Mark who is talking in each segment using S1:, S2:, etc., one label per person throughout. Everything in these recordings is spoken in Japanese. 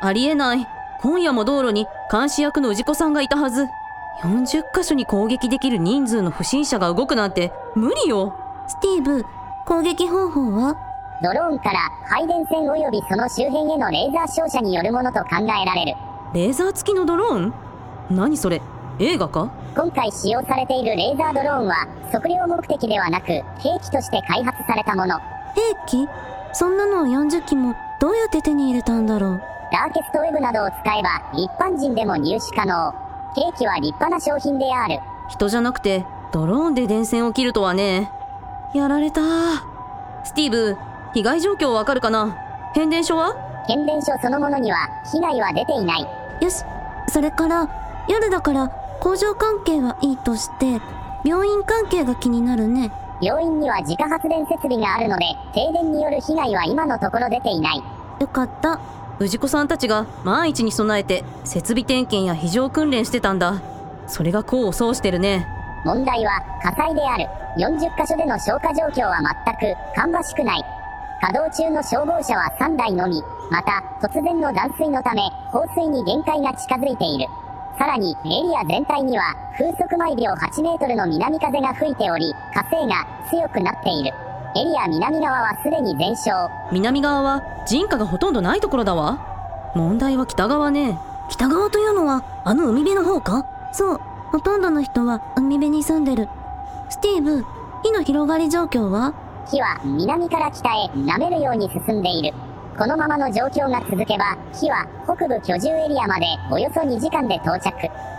S1: ありえない。今夜も道路に監視役の氏子さんがいたはず。40箇所に攻撃できる人数の不審者が動くなんて無理よ。
S2: スティーブ、攻撃方法は
S3: ドローンから配電線及びその周辺へのレーザー照射によるものと考えられる
S1: レーザー付きのドローン何それ映画か
S3: 今回使用されているレーザードローンは測量目的ではなく兵器として開発されたもの
S2: 兵器そんなのを40機もどうやって手に入れたんだろう。
S3: ダーケストウェブなどを使えば一般人でも入手可能兵器は立派な商品である
S1: 人じゃなくてドローンで電線を切るとはねやられたスティーブ被害状況わかるかな変電所は
S3: 変電所そのものには被害は出ていない
S2: よし、それから、夜だから工場関係はいいとして、病院関係が気になるね。
S3: 病院には自家発電設備があるので停電による被害は今のところ出ていない
S2: よかった。
S1: 氏子さんたちが万一に備えて設備点検や非常訓練してたんだそれが功を奏してるね
S3: 問題は火災である40カ所での消火状況は全く芳しくない稼働中の消防車は3台のみまた突然の断水のため放水に限界が近づいているさらにエリア全体には風速毎秒8メートルの南風が吹いており火星が強くなっているエリア南側はすでに全焼
S1: 南側は人家がほとんどないところだわ問題は北側ね
S2: 北側というのは、あの海辺の方かそう。ほとんどの人は海辺に住んでる。スティーブ、火の広がり状況は
S3: 火は南から北へ舐めるように進んでいるこのままの状況が続けば火は北部居住エリアまでおよそ2時間で到着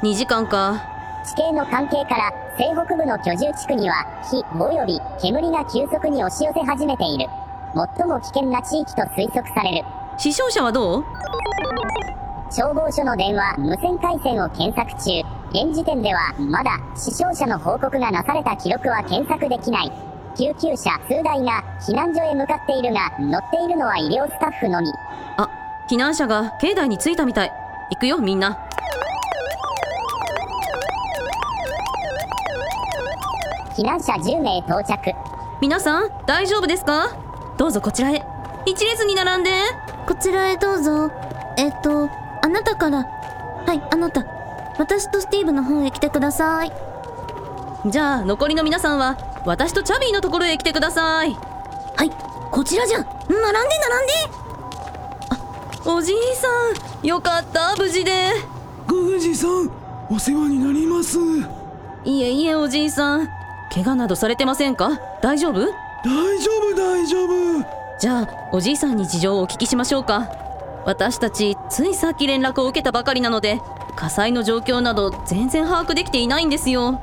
S1: 2時間か
S3: 地形の関係から西北部の居住地区には火及び煙が急速に押し寄せ始めている最も危険な地域と推測される
S1: 死傷者はどう
S3: 消防署の電話無線回線を検索中現時点ではまだ死傷者の報告がなされた記録は検索できない救急車数台が避難所へ向かっているが乗っているのは医療スタッフのみ
S1: あ避難者が境内に着いたみたい行くよみんな
S3: 避難者10名到着
S1: 皆さん大丈夫ですかどうぞこちらへ一列に並んで
S2: こちらへどうぞ。えっと、あなたから。はい、あなた。私とスティーブの方へ来てください。
S1: じゃあ残りの皆さんは私とチャビーのところへ来てください
S2: はい、こちらじゃん。並んで並んで。
S1: おじいさんよかった無事で
S4: 宮司さんお世話になります
S1: いえいえおじいさん怪我などされてませんか大丈夫
S4: 大丈夫大丈夫
S1: じゃあおじいさんに事情をお聞きしましょうか私たちついさっき連絡を受けたばかりなので火災の状況など全然把握できていないんですよ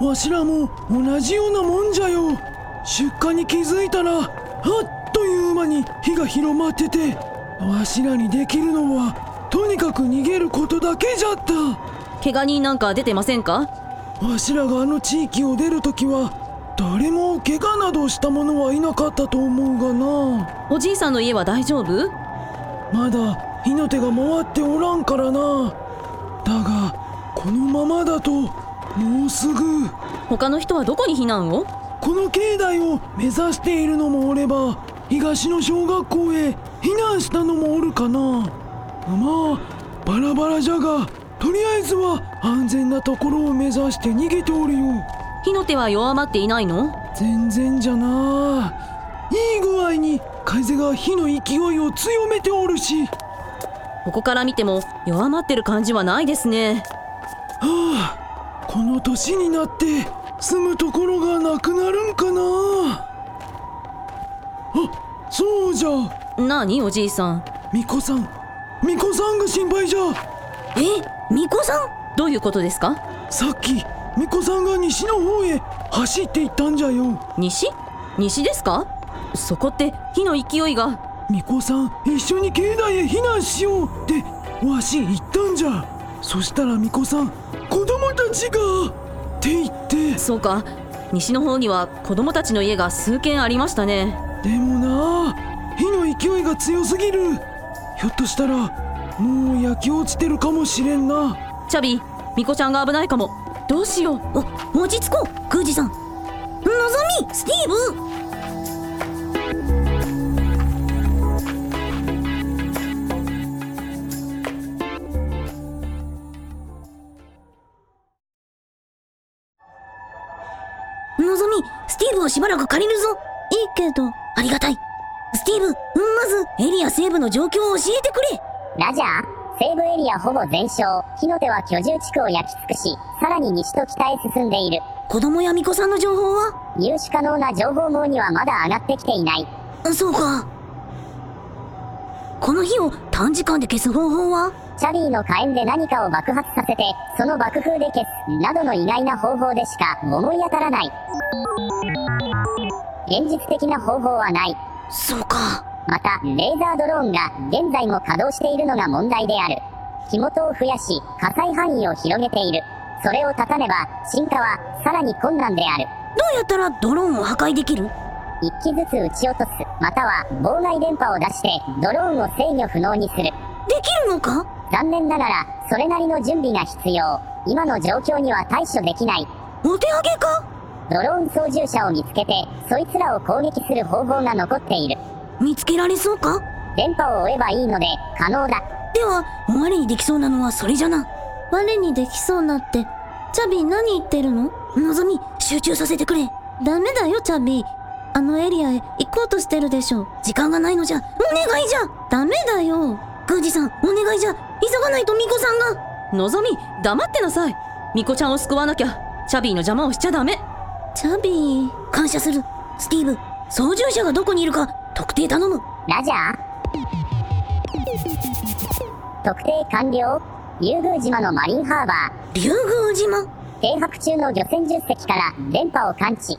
S4: わしらも同じようなもんじゃよ出火に気づいたらあっという間に火が広まっててわしらにできるのはとにかく逃げることだけじゃった
S1: 怪我人なんか出てませんか
S4: わしらがあの地域を出るときは誰も怪我などした者はいなかったと思うがな
S1: おじいさんの家は大丈夫
S4: まだ火の手が回っておらんからなだがこのままだともうすぐ
S1: 他の人はどこに避難を
S4: この境内を目指しているのもおれば東の小学校へ避難したのもおるかなまあバラバラじゃがとりあえずは安全なところを目指して逃げておるよ
S1: 火の手は弱まっていないの
S4: 全然じゃないい具合に風が火の勢いを強めておるし
S1: ここから見ても弱まってる感じはないですね
S4: はあこの年になって住むところがなくなるんかなあそうじゃ
S1: 何おじいさん
S4: 巫女さん巫女さんが心配じゃ
S1: え巫女さんどういうことですか
S4: さっき巫女さんが西の方へ走っていったんじゃよ
S1: 西西ですかそこって火の勢いが
S4: 巫女さん一緒に境内へ避難しようってわし言ったんじゃそしたら巫女さん子供たちがって言って
S1: そうか西の方には子供たちの家が数軒ありましたね
S4: でもな火の勢いが強すぎるひょっとしたらもう焼き落ちてるかもしれんな
S1: チャビミコちゃんが危ないかもどうしよう
S2: お、落ち着こう、宮司さん。のぞみ、スティーブスティーブをしばらく借りるぞいいけど、ありがたい。スティーブ、うんまず、エリア西部の状況を教えてくれ
S3: ラジャー西部エリアほぼ全焼、火の手は居住地区を焼き尽くし、さらに西と北へ進んでいる。
S2: 子供や巫女さんの情報は
S3: 入手可能な情報網にはまだ上がってきていない。
S2: そうか。この火を短時間で消す方法は
S3: チャビーの火炎で何かを爆発させて、その爆風で消す、などの意外な方法でしか思い当たらない。現実的な方法はない。
S2: そうか。
S3: また、レーザードローンが現在も稼働しているのが問題である。火元を増やし、火災範囲を広げている。それを断たねば、進化はさらに困難である。
S2: どうやったらドローンを破壊できる
S3: 一機ずつ撃ち落とす、または妨害電波を出して、ドローンを制御不能にする。
S2: できるのか
S3: 残念ながら、それなりの準備が必要。今の状況には対処できない。
S2: お手上げか
S3: ドローン操縦者を見つけて、そいつらを攻撃する方法が残っている。
S2: 見つけられそうか
S3: 電波を追えばいいので、可能だ。
S2: では、我にできそうなのはそれじゃな。我にできそうなって、チャビー何言ってるののぞみ、集中させてくれ。ダメだよ、チャビー。あのエリアへ行こうとしてるでしょ。時間がないのじゃ、お願いじゃダメだよ。宮司さん、お願いじゃ急がないと巫女さんが
S1: のぞみ黙ってなさいミコちゃんを救わなきゃチャビーの邪魔をしちゃダメ
S2: チャビー、感謝する。スティーブ、操縦者がどこにいるか、特定頼む。
S3: ラジャー特定完了。竜宮島のマリンハーバー。
S2: 竜宮島
S3: 停泊中の漁船10隻から電波を感知。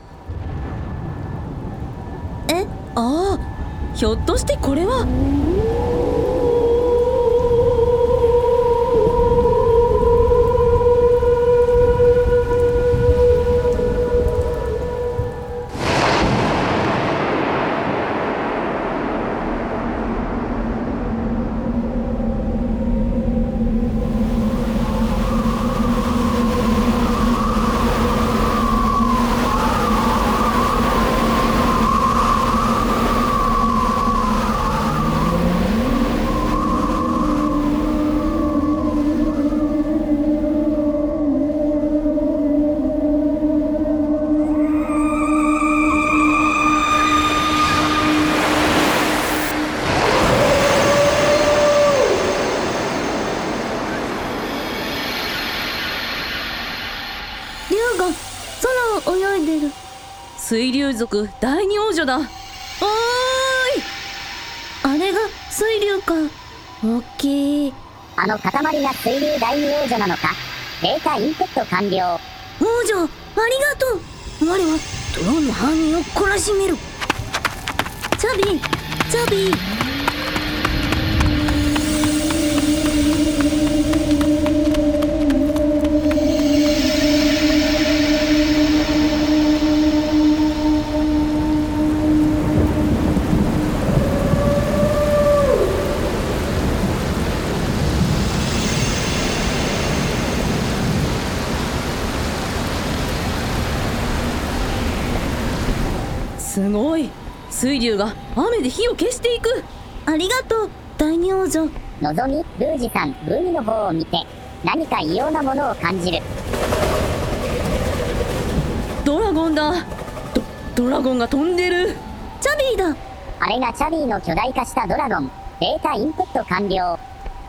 S2: え
S1: ああひょっとしてこれは
S2: 竜が空を泳いでる。
S1: 水流族第二王女だおーい
S2: あれが水流か。大きい。
S3: あの塊が水流第二王女なのかデータインプット完了。
S2: 王女、ありがとう我はドローンの犯人を懲らしめるチャビーチャビー
S1: すごい水流が雨で火を消していく
S2: ありがとう第二王女
S3: のぞみ、宮司さん、海の方を見て、何か異様なものを感じる。
S1: ドラゴンだドドラゴンが飛んでる
S2: チャビーだ
S3: あれがチャビーの巨大化したドラゴン。データインプット完了。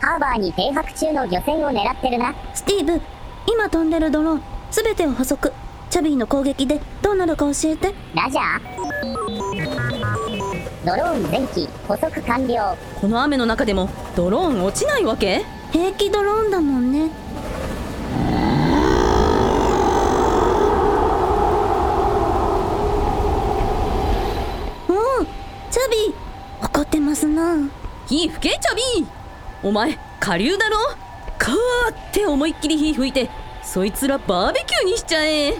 S3: ハーバーに停泊中の漁船を狙ってるな。
S2: スティーブ今飛んでるドローンすべてを捕捉チャビーの攻撃でどうなるか教えて
S3: ラジャードローン前期捕捉完了。
S1: この雨の中でもドローン落ちないわけ
S2: 平気ドローンだもんねおうチャビー怒ってますな
S1: 火吹けチャビーお前下流だろカーって思いっきり火吹いてそいつらバーベキューにしちゃえ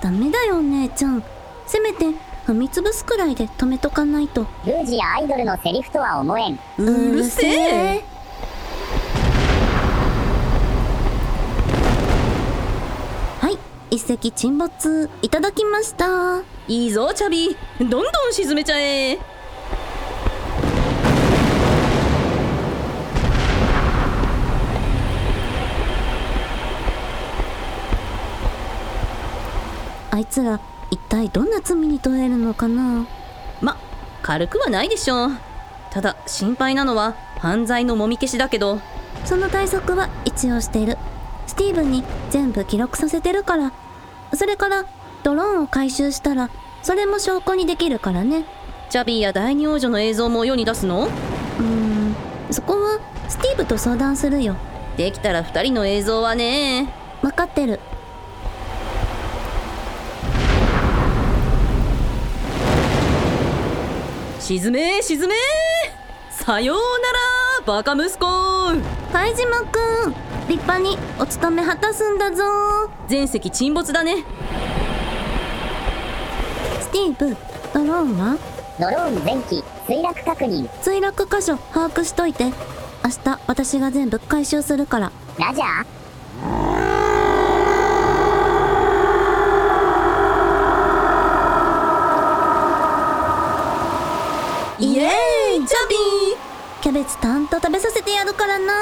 S2: ダメだよお姉ちゃんせめて踏みつぶすくらいで止めとかないと
S3: 宮司やアイドルのセリフとは思えん。
S1: うるせえ
S2: はい一石沈没いただきました
S1: いいぞチャビーどんどん沈めちゃえ
S2: あいつら一体どんな罪に問えるのかな
S1: ま、軽くはないでしょう。ただ、心配なのは犯罪のもみ消しだけど、
S2: その対策は一応しているスティーブンに全部記録させてるからそれからドローンを回収したらそれも証拠にできるからね
S1: チャビーや第二王女の映像も世に出すの
S2: うーんそこはスティーブと相談するよ
S1: できたら二人の映像はね、
S2: 分かってる
S1: 沈めー沈めーさようならバカ息子
S2: 貝島くん立派にお勤め果たすんだぞ
S1: 全席沈没だね。
S2: スティーブドローンは
S3: ドローン前期墜落確認
S2: 墜落箇所把握しといて明日私が全部回収するから
S3: ラジャー
S1: イエーイチャビー
S2: キャベツたんと食べさせてやるからな